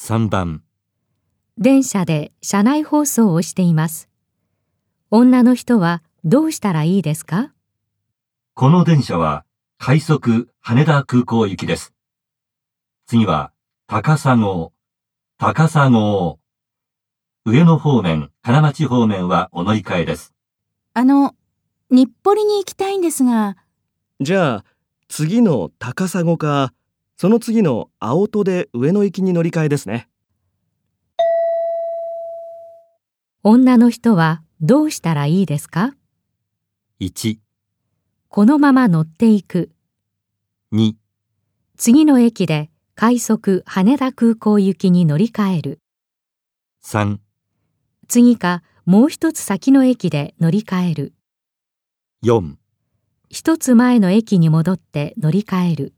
3番電車で車内放送をしています女の人はどうしたらいいですかこの電車は快速羽田空港行きです。次は高砂号、高砂号。上野方面、金町方面はお乗り換えです。あの、日暮里に行きたいんですが、じゃあ次の高砂かその次の青戸で上野行きに乗り換えですね女の人はどうしたらいいですか1、このまま乗っていく2、次の駅で快速羽田空港行きに乗り換える3、次かもう一つ先の駅で乗り換える4。一つ前の駅に戻って乗り換える